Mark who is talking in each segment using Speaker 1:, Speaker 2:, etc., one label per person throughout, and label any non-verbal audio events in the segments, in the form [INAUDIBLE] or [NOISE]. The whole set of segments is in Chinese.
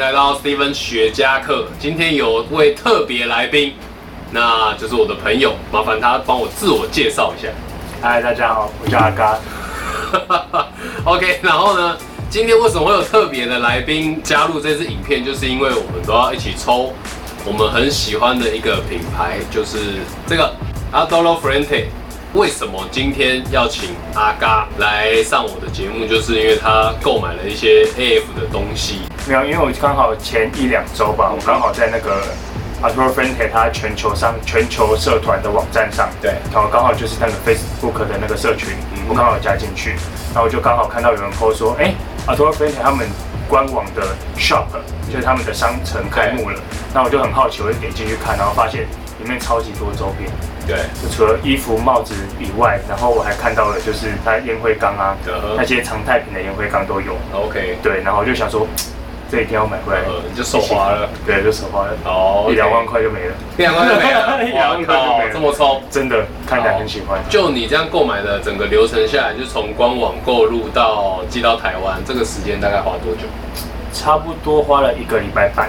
Speaker 1: 来到 Steven 雪茄课，今天有位特别来宾，那就是我的朋友，麻烦他帮我自我介绍一下。 [LAUGHS]
Speaker 2: 嗨，大家好，我叫阿嘎。
Speaker 1: OK，然后呢，今天为什么会有特别的来宾加入这支影片，就是因为我们都要一起抽我们很喜欢的一个品牌，就是这个 Adolo Frente。为什么今天要请阿嘎来上我的节目？就是因为他购买了一些 AF 的东西。
Speaker 2: 没有，因为我刚好前一两周
Speaker 1: 嗯
Speaker 2: 吧，我刚好在那个 Arturo Frente 它全球上全球社团的网站上，
Speaker 1: 对
Speaker 2: 然后刚好就是那个 Facebook 的那个社群，
Speaker 1: 嗯
Speaker 2: 我刚好加进去，然后我就刚好看到有人 po 说，哎、a r t u r o Frente 他们官网的 shop
Speaker 1: 嗯
Speaker 2: 就是他们的商城开幕了，那我就很好奇，我就点进去看，然后发现里面超级多周边。
Speaker 1: 对，
Speaker 2: 就除了衣服、帽子以外，然后我还看到了，就是它烟灰缸啊
Speaker 1: 嗯哼
Speaker 2: 那些常态品的烟灰缸都有。
Speaker 1: OK，
Speaker 2: 对，然后我就想说，这一定要买回来，
Speaker 1: 呃，你就手滑了，
Speaker 2: 对，就手滑了，
Speaker 1: 哦
Speaker 2: 一两万，块就没了，
Speaker 1: 一两万就没
Speaker 2: 一 [LAUGHS] 两
Speaker 1: 了，我
Speaker 2: 万块就
Speaker 1: 靠
Speaker 2: 没，了
Speaker 1: 这么冲。
Speaker 2: 真的看起来很喜欢。
Speaker 1: 就你这样购买的整个流程下来，就从官网购入到寄到台湾，这个时间大概花多久？
Speaker 2: 差不多花了一个礼拜半，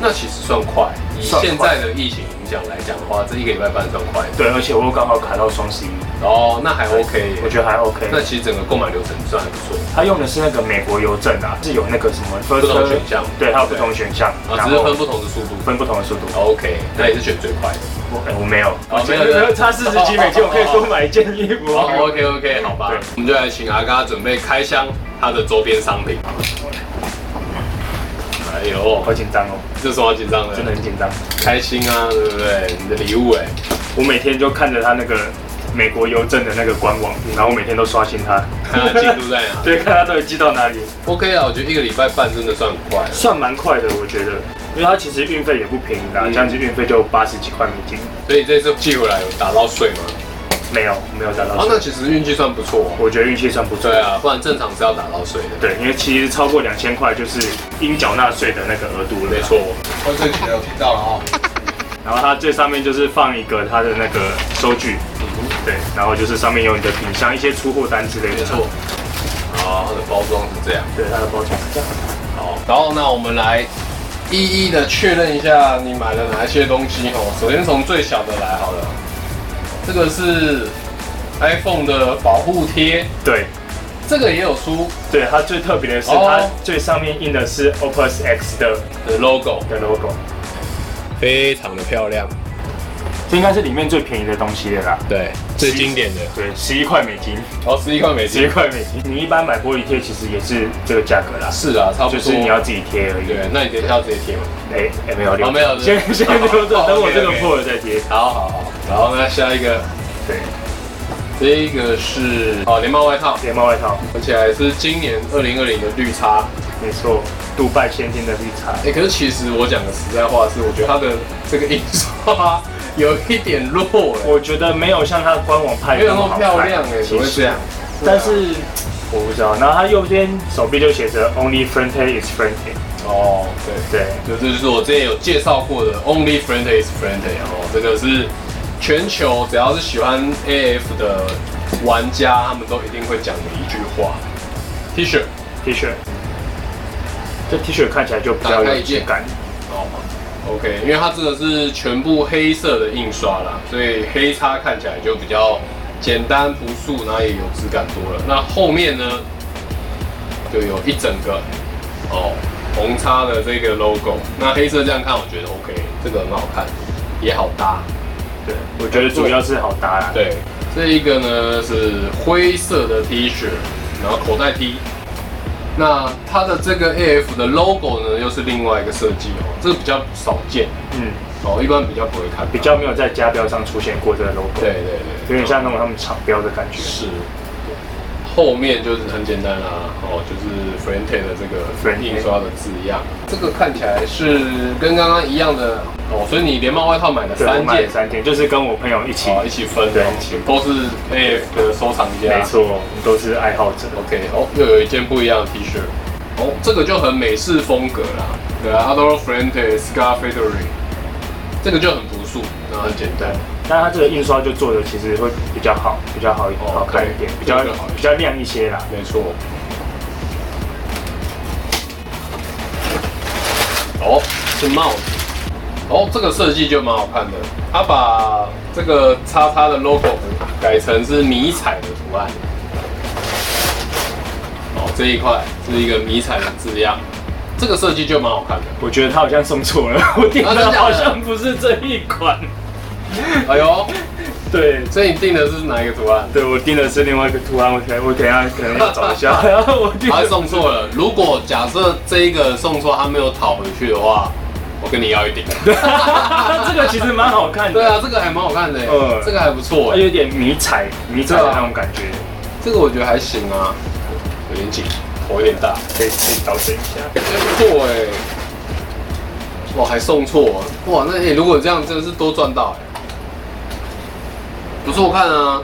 Speaker 1: 那其实算快，以
Speaker 2: 算快
Speaker 1: 现在的疫情影响来讲的话，这一个礼拜半算快的。
Speaker 2: 对，而且我又刚好卡到双十一
Speaker 1: 哦，那还 OK，
Speaker 2: 我觉得还 OK。
Speaker 1: 那其实整个购买流程算还不错，
Speaker 2: 他用的是那个美国邮政啊，是有那个什么不
Speaker 1: 不同选项
Speaker 2: 对，它有不同选项，
Speaker 1: 啊，只是分不同的速度。
Speaker 2: 分不同的速度。
Speaker 1: OK，那也是选最快的。
Speaker 2: 我哎我没有，
Speaker 1: 哦
Speaker 2: 我
Speaker 1: 没有
Speaker 2: [LAUGHS] 今天
Speaker 1: 没有
Speaker 2: 差四十几美金，我可以多买一件衣服。
Speaker 1: 哦，OK OK，好吧
Speaker 2: 对，
Speaker 1: 我们就来请阿嘎准备开箱他的周边商品。哎呦，
Speaker 2: 好紧张哦，
Speaker 1: 这什么好紧张的？
Speaker 2: 真的很紧张。
Speaker 1: 开心啊，对不对？你的礼物哎，
Speaker 2: 我每天就看着他那个美国邮政的那个官网，然后我每天都刷新它，
Speaker 1: 看他进度在哪
Speaker 2: [LAUGHS] 对，看它到底寄到哪里，
Speaker 1: ？OK 啊，我觉得一个礼拜半真的算很快了。
Speaker 2: 算蛮快的，我觉得，因为它其实运费也不便宜啦，
Speaker 1: 嗯
Speaker 2: 这样子运费就八十几块美金，
Speaker 1: 所以这次寄回来有打到税吗？
Speaker 2: 没有没有达到
Speaker 1: 啊，那
Speaker 2: 税，
Speaker 1: 其实运气算不错、哦。
Speaker 2: 我觉得运气算不错
Speaker 1: 对。啊，不然正常是要打到税的。
Speaker 2: 对，因为其实超过两千块就是应缴纳税的那个额度了，
Speaker 1: 没错。。哦
Speaker 3: 我这集有提到了啊、
Speaker 2: 然后它最上面就是放一个它的那个收据，对，然后就是上面有你的品相、一些出货单之类的，
Speaker 1: 嗯没错。好，哦它的包装是这样。
Speaker 2: 对，它的包装是这样。
Speaker 1: 好，然后那我们来一一的确认一下你买了哪一些东西哦。首先从最小的来好了，这个是 iPhone 的保护贴，
Speaker 2: 对，
Speaker 1: 这个也有出
Speaker 2: 对，它最特别的是，
Speaker 1: 哦
Speaker 2: 它最上面印的是 Opus X 的
Speaker 1: 的 logo，
Speaker 2: 的 logo，
Speaker 1: 非常的漂亮。
Speaker 2: 这应该是里面最便宜的东西了啦。
Speaker 1: 对，最经典的，
Speaker 2: 对，十一块美金，
Speaker 1: 哦，十一块美
Speaker 2: 十一
Speaker 1: 金。
Speaker 2: 块美金。你一般买玻璃贴其实也是这个价格啦，
Speaker 1: 是啊，差不多。
Speaker 2: 就是你要自己贴而已。
Speaker 1: 对，那你等一下要直接贴吗？
Speaker 2: 哎，哎，没有留，
Speaker 1: 哦没有
Speaker 2: 先先留着，
Speaker 1: 哦
Speaker 2: 等我
Speaker 1: OK，OK
Speaker 2: 这个破了再贴。
Speaker 1: 好好好。然后呢，下一个，
Speaker 2: 对，
Speaker 1: 这个是哦连帽外套，
Speaker 2: 连帽外套，
Speaker 1: 而且还是今年二零二零的绿茶。
Speaker 2: 没错，杜拜千金的绿茶。
Speaker 1: 哎、可是其实我讲个实在话是，我觉得它的这个印刷有一点弱、哎
Speaker 2: 我觉得没有像它官网拍
Speaker 1: 没
Speaker 2: 的
Speaker 1: 有
Speaker 2: 那
Speaker 1: 那
Speaker 2: 么
Speaker 1: 么
Speaker 2: 好看
Speaker 1: 漂亮哎、怎
Speaker 2: 其实
Speaker 1: 么会这样？
Speaker 2: 但是我不知道。然后它右边手臂就写着 Only Friendly is Friendly。
Speaker 1: 哦，对，
Speaker 2: 对，
Speaker 1: 就这就是我之前有介绍过的 Only Friend is Friend 哦，这个是全球只要是喜欢 AF 的玩家，他们都一定会讲的一句话。T 恤，
Speaker 2: T 恤，这 T 恤看起来就比较有质感。
Speaker 1: 哦，OK，因为它这个是全部黑色的印刷啦，所以黑叉看起来就比较简单朴素，然后也有质感多了。那后面呢，就有一整个哦红叉的这个 logo，那黑色这样看我觉得 OK，这个很好看，也好搭。
Speaker 2: 对，我觉得主要是好搭啦。，
Speaker 1: 对，这一个呢是灰色的 T 恤，然后口袋 T。那它的这个 AF 的 logo 呢，又是另外一个设计哦，这个比较少见。
Speaker 2: 嗯，
Speaker 1: 哦，一般比较不会看到，
Speaker 2: 比较没有在家标上出现过这个 logo，
Speaker 1: 对，对对，
Speaker 2: 有点像那种他们厂标的感觉。
Speaker 1: 是。后面就是很简单啦、哦，就是 Frente 的这个
Speaker 2: Frente
Speaker 1: 印刷的字样，这个看起来是跟刚刚一样的哦，所以你连帽外套买了
Speaker 2: 对，我
Speaker 1: 三
Speaker 2: 买
Speaker 1: 件
Speaker 2: 了，三件，就是跟我朋友一起，
Speaker 1: 哦，一起分，
Speaker 2: 对
Speaker 1: 一起都是 AF 的收藏家，
Speaker 2: 没错，我们都是爱好者。
Speaker 1: OK，哦，又有一件不一样的 T 恤，哦，这个就很美式风格啦，对啊，Adoro Frente Scar Factory，这个就很朴素，然后很简单，
Speaker 2: 但它这个印刷就做的其实会比较好，比较好一
Speaker 1: 哦
Speaker 2: 好看一点
Speaker 1: 对，
Speaker 2: 比较
Speaker 1: 这个好
Speaker 2: 比较亮一些啦。
Speaker 1: 没错。哦，是帽子。哦，这个设计就蛮好看的。他把这个叉叉的 logo 改成是迷彩的图案。哦，这一块是一个迷彩的字样，这个设计就蛮好看的。
Speaker 2: 我觉得他好像送错了，我订
Speaker 1: 啊真的假
Speaker 2: 的
Speaker 1: 的
Speaker 2: 好像不是这一款。
Speaker 1: 哎呦，
Speaker 2: 对
Speaker 1: 所以你定的是哪一个图案？
Speaker 2: 对，我订的是另外一个图案，我等我等一下可能要找一 [LAUGHS] 下。然后我订
Speaker 1: 他
Speaker 2: 的
Speaker 1: 送错了。如果假设这一个送错，他没有讨回去的话，我跟你要一顶。
Speaker 2: [LAUGHS] 这个其实蛮好看的，
Speaker 1: 对啊，这个还蛮好看的耶，
Speaker 2: 嗯
Speaker 1: 这个还不错
Speaker 2: 它
Speaker 1: 耶，
Speaker 2: 有点迷彩迷彩
Speaker 1: 啊
Speaker 2: 的那种感觉，
Speaker 1: 这个我觉得还行啊，有点紧，头有点大，
Speaker 2: 可以可以调整一下。
Speaker 1: 还不错哎。哇，还送错，哇，那、欸、如果这样真的是多赚到哎，不错看啊。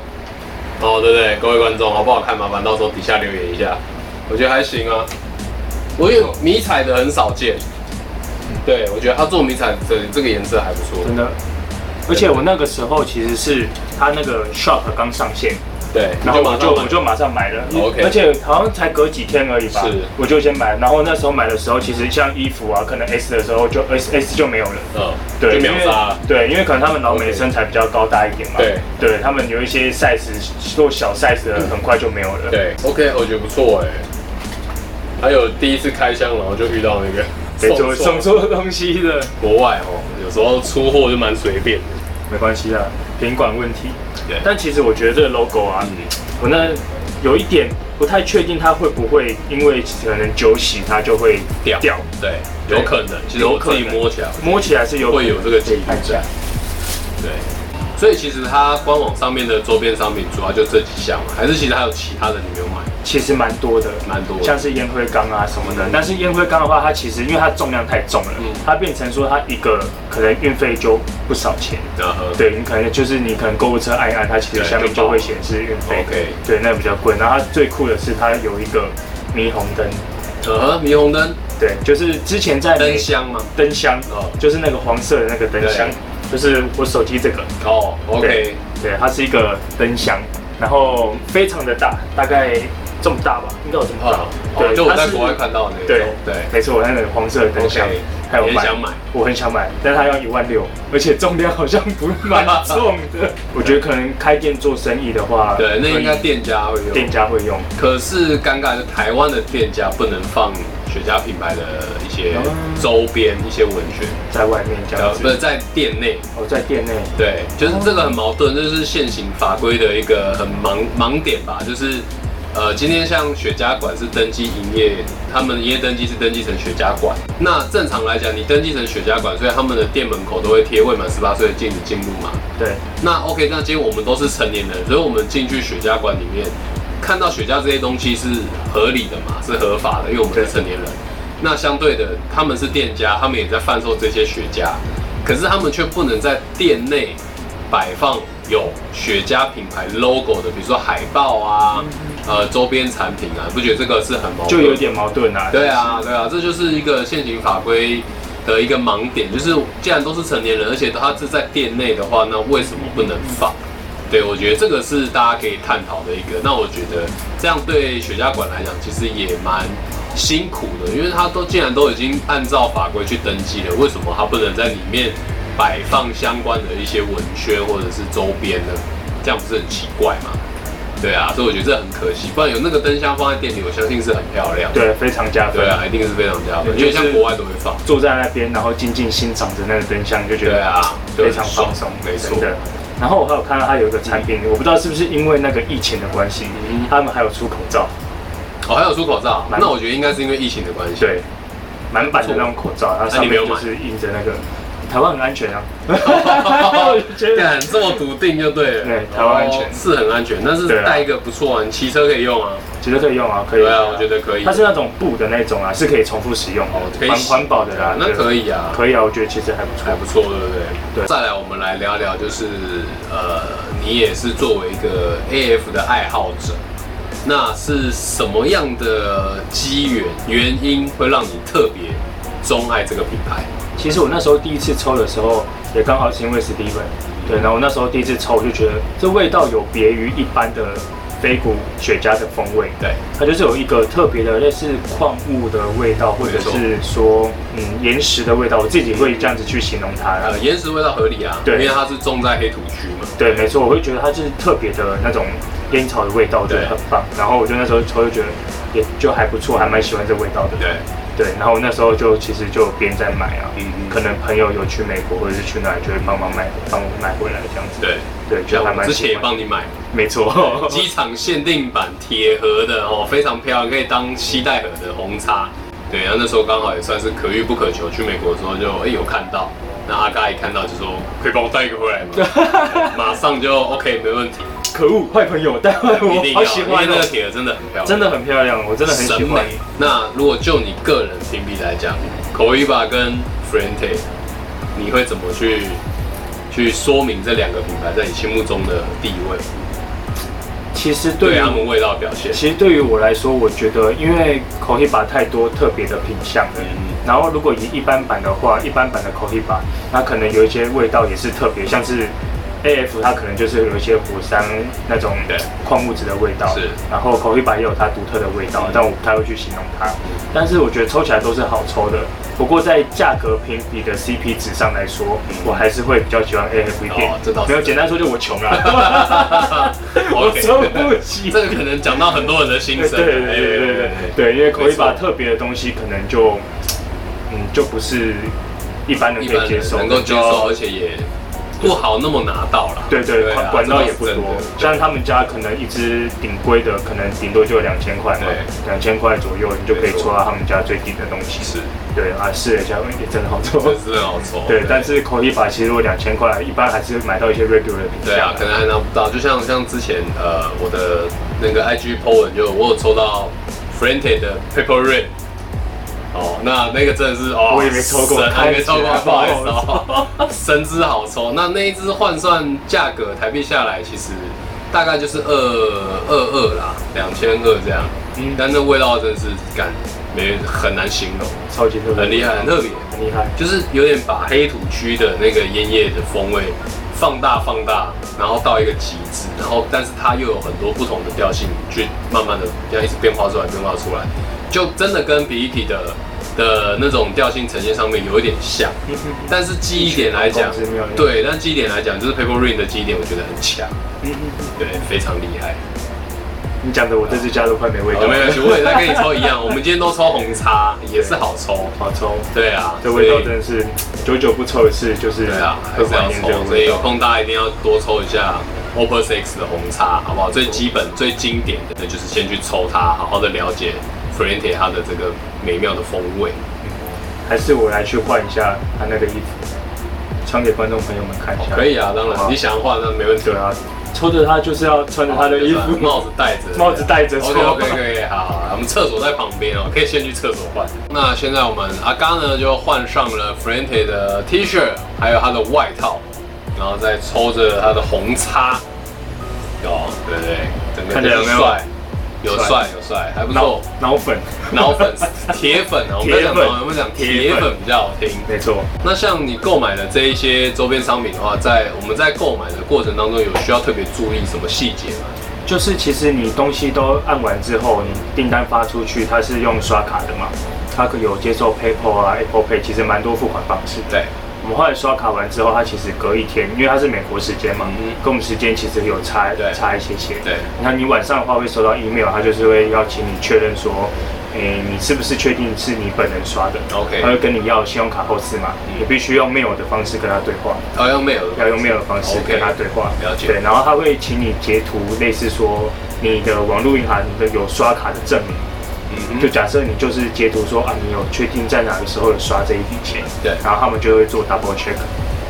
Speaker 1: 哦，对不对？各位观众，好不好看？麻烦到时候底下留言一下，我觉得还行啊。我有迷彩的很少见，对我觉得他做迷彩的这个颜色还不错，
Speaker 2: 真的。而且我那个时候其实是他那个 shop 刚上线，
Speaker 1: 对，
Speaker 2: 然后我
Speaker 1: 你马
Speaker 2: 就
Speaker 1: 上
Speaker 2: 我
Speaker 1: 哦
Speaker 2: 就马上买了嗯
Speaker 1: OK
Speaker 2: 而且好像才隔几天而已吧，
Speaker 1: 是
Speaker 2: 我就先买了。然后那时候买的时候，其实像衣服啊，可能 S 的时候就 S S 就没有了，
Speaker 1: 嗯，就
Speaker 2: 对，
Speaker 1: 秒杀了
Speaker 2: 因为。对，因为可能他们老美
Speaker 1: OK
Speaker 2: 的身材比较高大一点嘛，
Speaker 1: 对，
Speaker 2: 对他们有一些 size 做小 size 的很快就没有了，
Speaker 1: 对，OK，我觉得不错哎。还有第一次开箱，然后就遇到那个
Speaker 2: 对，就送错东西的，
Speaker 1: 国外哦，有时候出货就蛮随便的。
Speaker 2: 没关系啦，品管问题。
Speaker 1: 对
Speaker 2: 但其实我觉得这个 logo 啊，
Speaker 1: 嗯
Speaker 2: 我呢有一点不太确定它会不会因为可能酒洗它就会
Speaker 1: 掉
Speaker 2: 掉，
Speaker 1: 对，有可能，其实
Speaker 2: 有
Speaker 1: 我
Speaker 2: 可
Speaker 1: 自己
Speaker 2: 能
Speaker 1: 摸起来
Speaker 2: 摸起来是有
Speaker 1: 会有这个
Speaker 2: 可以
Speaker 1: 迹
Speaker 2: 看一下
Speaker 1: 象。。对，所以其实它官网上面的周边商品主要就这几项嘛，还是其实还有其他的你没有买？
Speaker 2: 其实蛮多的，
Speaker 1: 蛮多的
Speaker 2: 像是烟灰缸啊什么的
Speaker 1: 嗯。
Speaker 2: 但是烟灰缸的话，它其实因为它重量太重了
Speaker 1: 嗯，
Speaker 2: 它变成说它一个可能运费就不少钱。
Speaker 1: 然后
Speaker 2: 对你可能就是你可能购物车按一按，它其实
Speaker 1: 对
Speaker 2: 下面
Speaker 1: 就爆
Speaker 2: 就会显示运费。
Speaker 1: OK
Speaker 2: 对，那比较贵。然后它最酷的是它有一个霓虹灯，
Speaker 1: 呃，霓虹灯
Speaker 2: 对，就是之前在美
Speaker 1: 灯箱嘛。
Speaker 2: 灯箱
Speaker 1: 哦
Speaker 2: 哦，就是那个黄色的那个灯箱，就是我手机这个。
Speaker 1: 哦
Speaker 2: 对
Speaker 1: ，OK，
Speaker 2: 对，它是一个灯箱，然后非常的大，大概这么大吧，应该有这么大。
Speaker 1: 啊，哦，就我在国外看到的那
Speaker 2: 对
Speaker 1: 种，对，
Speaker 2: 没错，我那个黄色的灯箱
Speaker 1: OK，
Speaker 2: 还有
Speaker 1: 你也想买，
Speaker 2: 我很想买，但它要一万六，而且重量好像不蛮重
Speaker 1: [LAUGHS]
Speaker 2: 的。我觉得可能开店做生意的话，
Speaker 1: 对，那应该
Speaker 2: 可以
Speaker 1: 店家会有。
Speaker 2: 店家会用。
Speaker 1: 可是尴尬的，台湾的店家不能放雪茄品牌的一些周边、一些文学，
Speaker 2: 在外面这样
Speaker 1: 呃，不是
Speaker 2: 子，
Speaker 1: 在店内。
Speaker 2: 我在店内，
Speaker 1: 对，就是这个很矛盾，这是现行法规的一个很盲盲点吧。就是，呃，今天像雪茄馆是登记营业，他们的营业登记是登记成雪茄馆。那正常来讲，你登记成雪茄馆，所以他们的店门口都会贴未满十八岁的禁止进入嘛。
Speaker 2: 对，
Speaker 1: 那 OK，那今天我们都是成年人，所以我们进去雪茄馆里面看到雪茄这些东西是合理的嘛，是合法的，因为我们是成年人。那相对的，他们是店家，他们也在贩售这些雪茄，可是他们却不能在店内摆放有雪茄品牌 logo 的，比如说海报啊，呃，周边产品啊，不觉得这个是很矛盾？
Speaker 2: 嗯就有点矛盾啊。
Speaker 1: 对啊，对啊，这就是一个现行法规的一个盲点，就是既然都是成年人，而且他是在店内的话，那为什么不能放？对，我觉得这个是大家可以探讨的一个。那我觉得这样对雪茄馆来讲，其实也蛮辛苦的，因为他都既然都已经按照法规去登记了，为什么他不能在里面摆放相关的一些文宣或者是周边呢？这样不是很奇怪吗？对啊，所以我觉得这很可惜。不然有那个灯箱放在店里，我相信是很漂亮的。
Speaker 2: 对，非常加分。
Speaker 1: 对啊，一定是非常加分，
Speaker 2: 对
Speaker 1: 因为
Speaker 2: 就是
Speaker 1: 像国外都会放。
Speaker 2: 坐在那边，然后静静欣赏着那个灯箱，就觉
Speaker 1: 对
Speaker 2: 得
Speaker 1: 啊，就
Speaker 2: 非
Speaker 1: 很
Speaker 2: 常
Speaker 1: 爽
Speaker 2: 放松，
Speaker 1: 没错哦
Speaker 2: 真。的。然后我还有看到它有一个产品，我不知道是不是因为那个疫情的关系
Speaker 1: 嗯，
Speaker 2: 他们还有出口罩，
Speaker 1: 哦，还有出口罩，
Speaker 2: 蛮
Speaker 1: 那我觉得应该是因为疫情的关系。
Speaker 2: 对，满版的那种口罩，然后上
Speaker 1: 啊那你没有
Speaker 2: 面
Speaker 1: 买
Speaker 2: 就是印着那个台湾很安全
Speaker 1: [LAUGHS]
Speaker 2: 啊，我就觉得
Speaker 1: 干，这么笃定就对了。
Speaker 2: 对台湾安全
Speaker 1: 哦是很安全，但是
Speaker 2: 对啊
Speaker 1: 带一个不错啊，你骑车可以用啊。
Speaker 2: 觉得可以用啊，可以。
Speaker 1: 对啊，我觉得可以。
Speaker 2: 它是那种布的那种啊，是可以重复使用
Speaker 1: 哦可
Speaker 2: 的，
Speaker 1: 以
Speaker 2: 蛮
Speaker 1: 洗
Speaker 2: 环保的啦，
Speaker 1: 那
Speaker 2: 对
Speaker 1: 可以啊，
Speaker 2: 可以啊，我觉得其实还不错
Speaker 1: 还。不错，对不对？
Speaker 2: 对
Speaker 1: 再来，我们来聊聊，就是呃，你也是作为一个 AF 的爱好者，那是什么样的机缘原因会让你特别钟爱这个品牌？
Speaker 2: 其实我那时候第一次抽的时候，也刚好是因为 Steven，对，然后我那时候第一次抽，我就觉得这味道有别于一般的非谷雪茄的风味。
Speaker 1: 对，
Speaker 2: 它就是有一个特别的类似矿物的味道，或者是说嗯岩石的味道，我自己会这样子去形容它。
Speaker 1: 呃，岩石味道合理啊，
Speaker 2: 对
Speaker 1: 因为它是种在黑土区嘛。
Speaker 2: 对，没错，我会觉得它就是特别的那种烟草的味道，真的
Speaker 1: 对
Speaker 2: 很棒。然后我就那时候抽就觉得也就还不错，还蛮喜欢这味道的。
Speaker 1: 对，
Speaker 2: 对，然后那时候就其实就有边在买啊，
Speaker 1: 嗯嗯
Speaker 2: 可能朋友有去美国或者是去哪里，就会帮忙买，帮我买回来这样子。
Speaker 1: 对，
Speaker 2: 对，
Speaker 1: 像
Speaker 2: 就还
Speaker 1: 我
Speaker 2: 蛮
Speaker 1: 之前
Speaker 2: 喜
Speaker 1: 也
Speaker 2: 欢。
Speaker 1: 帮你
Speaker 2: [LAUGHS]
Speaker 1: 买
Speaker 2: 没 [LAUGHS] 错，
Speaker 1: 机场限定版铁盒的哦，非常漂亮，可以当吸带盒的红茶。对，然后那时候刚好也算是可遇不可求，去美国的时候就哎、有看到，那阿嘎一看到就说可以帮我带一个回来吗？
Speaker 2: [LAUGHS]
Speaker 1: 对马上就 OK 没问题，
Speaker 2: 可恶，坏朋友，但
Speaker 1: 一定要，
Speaker 2: [LAUGHS] 我好喜
Speaker 1: 因为
Speaker 2: 欢
Speaker 1: 那个
Speaker 2: 哦，
Speaker 1: 铁盒真的很漂亮，
Speaker 2: 真的很漂亮，我真的很喜
Speaker 1: 审
Speaker 2: 欢。
Speaker 1: 美。那如果就你个人评比来讲，口语吧跟 Frente，你会怎么去去说明这两个品牌在你心目中的地位？
Speaker 2: 其实
Speaker 1: 对啊
Speaker 2: 对于
Speaker 1: 他们味道表现，
Speaker 2: 其实对于我来说，我觉得因为口黑把太多特别的品相了，
Speaker 1: 嗯
Speaker 2: 然后如果以一般版的话，一般版的口黑把，那可能有一些味道也是特别，像是 A F 它可能就是有一些火山那种
Speaker 1: 对
Speaker 2: 矿物质的味道，
Speaker 1: 是
Speaker 2: 然后口黑把也有它独特的味道，
Speaker 1: 嗯
Speaker 2: 但我不太会去形容它。但是我觉得抽起来都是好抽的，不过在价格评比的 C P 值上来说，我还是会比较喜欢 A F 一点。
Speaker 1: 嗯哦这倒是
Speaker 2: 没有简单说就我穷啊
Speaker 1: [LAUGHS]
Speaker 2: 啦， [LAUGHS] 我
Speaker 1: OK
Speaker 2: 抽不起。
Speaker 1: 这个可能讲到很多人的心
Speaker 2: 对
Speaker 1: 声。哎
Speaker 2: 对对对对对对，因为口一把特别的东西，可能就嗯就不是一般人
Speaker 1: 一
Speaker 2: 可
Speaker 1: 般
Speaker 2: 以接
Speaker 1: 人
Speaker 2: 受，
Speaker 1: 能够接受，而。且也不好那么拿到啦。
Speaker 2: 对对，
Speaker 1: 啊
Speaker 2: 管管道也不
Speaker 1: 这
Speaker 2: 多
Speaker 1: 倒是真的，
Speaker 2: 像他们家可能一支顶规的，可能顶多就两千块嘛，两千块左右，你就可以抽到他们家最低的东西。
Speaker 1: 是，
Speaker 2: 对啊，试了一下也真的好抽。
Speaker 1: 这是很好抽。
Speaker 2: [LAUGHS] 对，但是口一把其实如果两千块，一般还是买到一些 regular 的品
Speaker 1: 对啊
Speaker 2: 相，。
Speaker 1: 可能还拿不到。就像像之前呃，我的那个 IG po 文就我有抽到 Frente 的 Paper Rain。哦，那那个真的是哦，
Speaker 2: 我也没抽过
Speaker 1: 神还没抽过
Speaker 2: 看，起来
Speaker 1: 不好意思哦， [LAUGHS] 神之好抽。那那一支换算价格台币下来，其实大概就是二二二啦，两千二这样。
Speaker 2: 嗯
Speaker 1: 但那味道真的是感没很难形容，
Speaker 2: 超级特别，
Speaker 1: 很厉害，很特别。
Speaker 2: 很厉害。
Speaker 1: 就是有点把黑土区的那个烟叶的风味放大放大，然后到一个极致，然后但是它又有很多不同的调性去慢慢的这样一直变化出来，变化出来，就真的跟比 i 的的那种调性呈现上面有一点
Speaker 2: [LAUGHS]
Speaker 1: 像，但是记忆点来讲
Speaker 2: 异曲同工之妙，
Speaker 1: 对，但记忆点来讲就是 Paper Rain 的记忆点，我觉得很
Speaker 2: [LAUGHS]
Speaker 1: 强，
Speaker 2: 嗯嗯嗯
Speaker 1: 对，非常厉害。
Speaker 2: 你讲的我这支家都快没味道
Speaker 1: 有
Speaker 2: 了，
Speaker 1: 哦没有？我也在跟你抽一样，我们今天都抽红茶，也是好抽，
Speaker 2: [LAUGHS] 好抽，
Speaker 1: 对啊，
Speaker 2: 这味道
Speaker 1: 所以
Speaker 2: 真的是久久不抽一次，就是
Speaker 1: 对啊，还
Speaker 2: 很
Speaker 1: 是
Speaker 2: 怀
Speaker 1: 要
Speaker 2: 念这个
Speaker 1: 抽，所以
Speaker 2: 味
Speaker 1: 有
Speaker 2: 道。
Speaker 1: 空大家一定要多抽一下 Opus X 的红茶，好不好？最基本、最经典的就是先去抽它，好好的了解 Frente 它的这个美妙的风味。
Speaker 2: 还是我来去换一下他那个衣服，穿给观众朋友们看一下。
Speaker 1: 哦可以啊，当
Speaker 2: 好
Speaker 1: 然你想换那没问题
Speaker 2: 对。啊，抽着它就是要穿着他的衣服， [LAUGHS]
Speaker 1: 帽子戴着，
Speaker 2: 帽子戴着抽
Speaker 1: OK OK OK，好，好我们厕所在旁边哦，可以先去厕所换。那现在我们阿刚呢就换上了 Frente 的 T 恤，还有他的外套，然后再抽着他的红叉。哦，对对，整个
Speaker 2: 看起来有没有
Speaker 1: 帅？有
Speaker 2: 帅
Speaker 1: 帅有帅，还不错
Speaker 2: 脑。脑粉，
Speaker 1: [LAUGHS] 脑
Speaker 2: [LAUGHS]
Speaker 1: 粉、铁粉啊，我们在讲
Speaker 2: 铁粉
Speaker 1: 脑，我们讲铁
Speaker 2: 铁粉
Speaker 1: 粉比较好听。
Speaker 2: 没错，
Speaker 1: 那像你购买的这一些周边商品的话，在我们在购买的过程当中，有需要特别注意什么细节吗？
Speaker 2: 就是其实你东西都按完之后，你订单发出去，它是用刷卡的嘛，它可有接受 PayPal 啊、Apple Pay，其实蛮多付款方式的。
Speaker 1: 对，
Speaker 2: 我们后来刷卡完之后，它其实隔一天，因为它是美国时间嘛，
Speaker 1: 嗯
Speaker 2: 跟我们时间其实有差
Speaker 1: 对
Speaker 2: 差一些些。
Speaker 1: 对
Speaker 2: 那你晚上的话会收到 email，它就是会要请你确认说，诶、你是不是确定是你本人刷的
Speaker 1: OK
Speaker 2: 他会跟你要信用卡后四码，
Speaker 1: 嗯
Speaker 2: 你必须用 mail 的方式跟他对话，
Speaker 1: 好像没有，
Speaker 2: 要用 mail 的方式
Speaker 1: OK，
Speaker 2: 跟他对话。
Speaker 1: 了解
Speaker 2: 对，然后他会请你截图，类似说你的网络银行你的有刷卡的证明。
Speaker 1: 嗯
Speaker 2: 就
Speaker 1: 哼，
Speaker 2: 假设你就是截图说啊，你有确定在哪个时候有刷这一笔钱，
Speaker 1: 对
Speaker 2: 然后他们就会做 double check，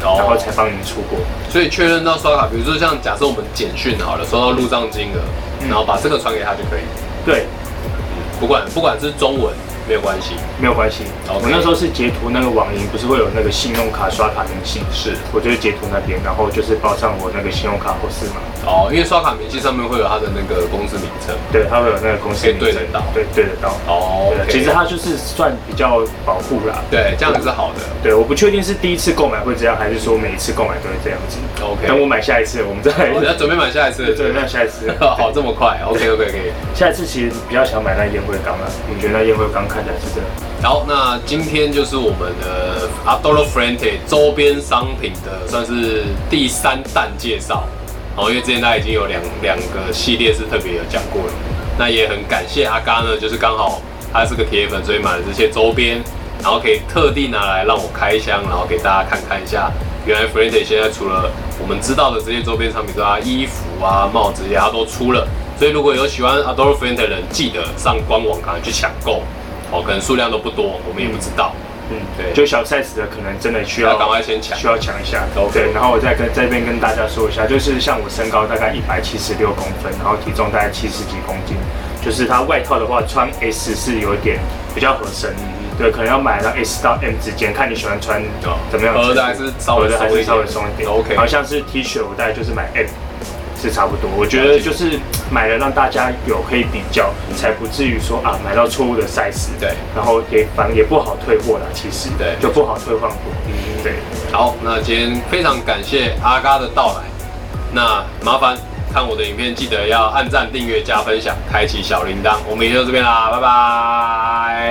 Speaker 1: 哦
Speaker 2: 然后才帮你出国。
Speaker 1: 所以确认到刷卡，比如说像假设我们简讯好了，收到入
Speaker 2: 嗯
Speaker 1: 账金额，然后把这个传给他就可以，
Speaker 2: 对，
Speaker 1: 不管不管是中文、没有关系。
Speaker 2: 没有关系。
Speaker 1: OK
Speaker 2: 我那时候是截图那个网银，不是会有那个信用卡刷卡明细，
Speaker 1: 是
Speaker 2: 我就是截图那边，然后就是报上我那个信用卡或是嘛，
Speaker 1: 哦，因为刷卡明细上面会有它的那个公司名称。
Speaker 2: 对，它会有那个公司
Speaker 1: 可以
Speaker 2: 名
Speaker 1: 对
Speaker 2: 称
Speaker 1: 得到
Speaker 2: 对对得到。
Speaker 1: 哦
Speaker 2: 对
Speaker 1: OK
Speaker 2: 其实它就是算比较保护啦。
Speaker 1: 对，这样子是好的。
Speaker 2: 对，我不确定是第一次购买会这样，还是说每一次购买都会这样子。
Speaker 1: OK 哦
Speaker 2: 等我买下一次，我们再
Speaker 1: 我要准备买下一次。
Speaker 2: 对。对，那下一次
Speaker 1: [LAUGHS] 好，这么快？OK OK OK。
Speaker 2: 下一次其实比较想买那烟灰缸了，啊我觉得那烟灰缸看起来是真的。
Speaker 1: 好，那今天就是我们的 Adolo Frente 周边商品的算是第三弹介绍。哦，因为之前大家已经有两两个系列是特别有讲过了，那也很感谢阿嘎呢，就是刚好他是个铁粉，所以买了这些周边，然后可以特地拿来让我开箱，然后给大家看看一下，原来 Frente 现在除了我们知道的这些周边商品之外，衣服啊、帽子呀、都出了，所以如果有喜欢 Adolo Frente 的人，记得上官网赶快去抢购。哦，可能数量都不多，我们也不知道。
Speaker 2: 嗯，
Speaker 1: 对
Speaker 2: 就小 size 的可能真的需
Speaker 1: 要
Speaker 2: 要
Speaker 1: 赶快先抢
Speaker 2: 需要抢一下。
Speaker 1: OK
Speaker 2: 对，然后我再跟在这边跟大家说一下，就是像我身高大概一百七十六公分，然后体重大概七十几公斤，就是它外套的话穿 S 是有点比较合身。对，可能要买到 S 到 M 之间，看你喜欢穿
Speaker 1: 哦
Speaker 2: 怎么样的尺寸。
Speaker 1: 合的还是稍微
Speaker 2: 合的还
Speaker 1: 松一
Speaker 2: 是
Speaker 1: 点
Speaker 2: 稍微松一点。
Speaker 1: OK
Speaker 2: 然后像是 T 恤，我大概就是买 M 是差不多。我觉得就是买了让大家有可以比较，才不至于说啊买到错误的 size。
Speaker 1: 对
Speaker 2: 然后也反正也不好退货啦，其实
Speaker 1: 对
Speaker 2: 就不好退换货。
Speaker 1: 嗯
Speaker 2: 对，
Speaker 1: 好，那今天非常感谢阿嘎的到来。那麻烦看我的影片，记得要按赞、订阅、加分享，开启小铃铛。我们也就这边啦，拜拜。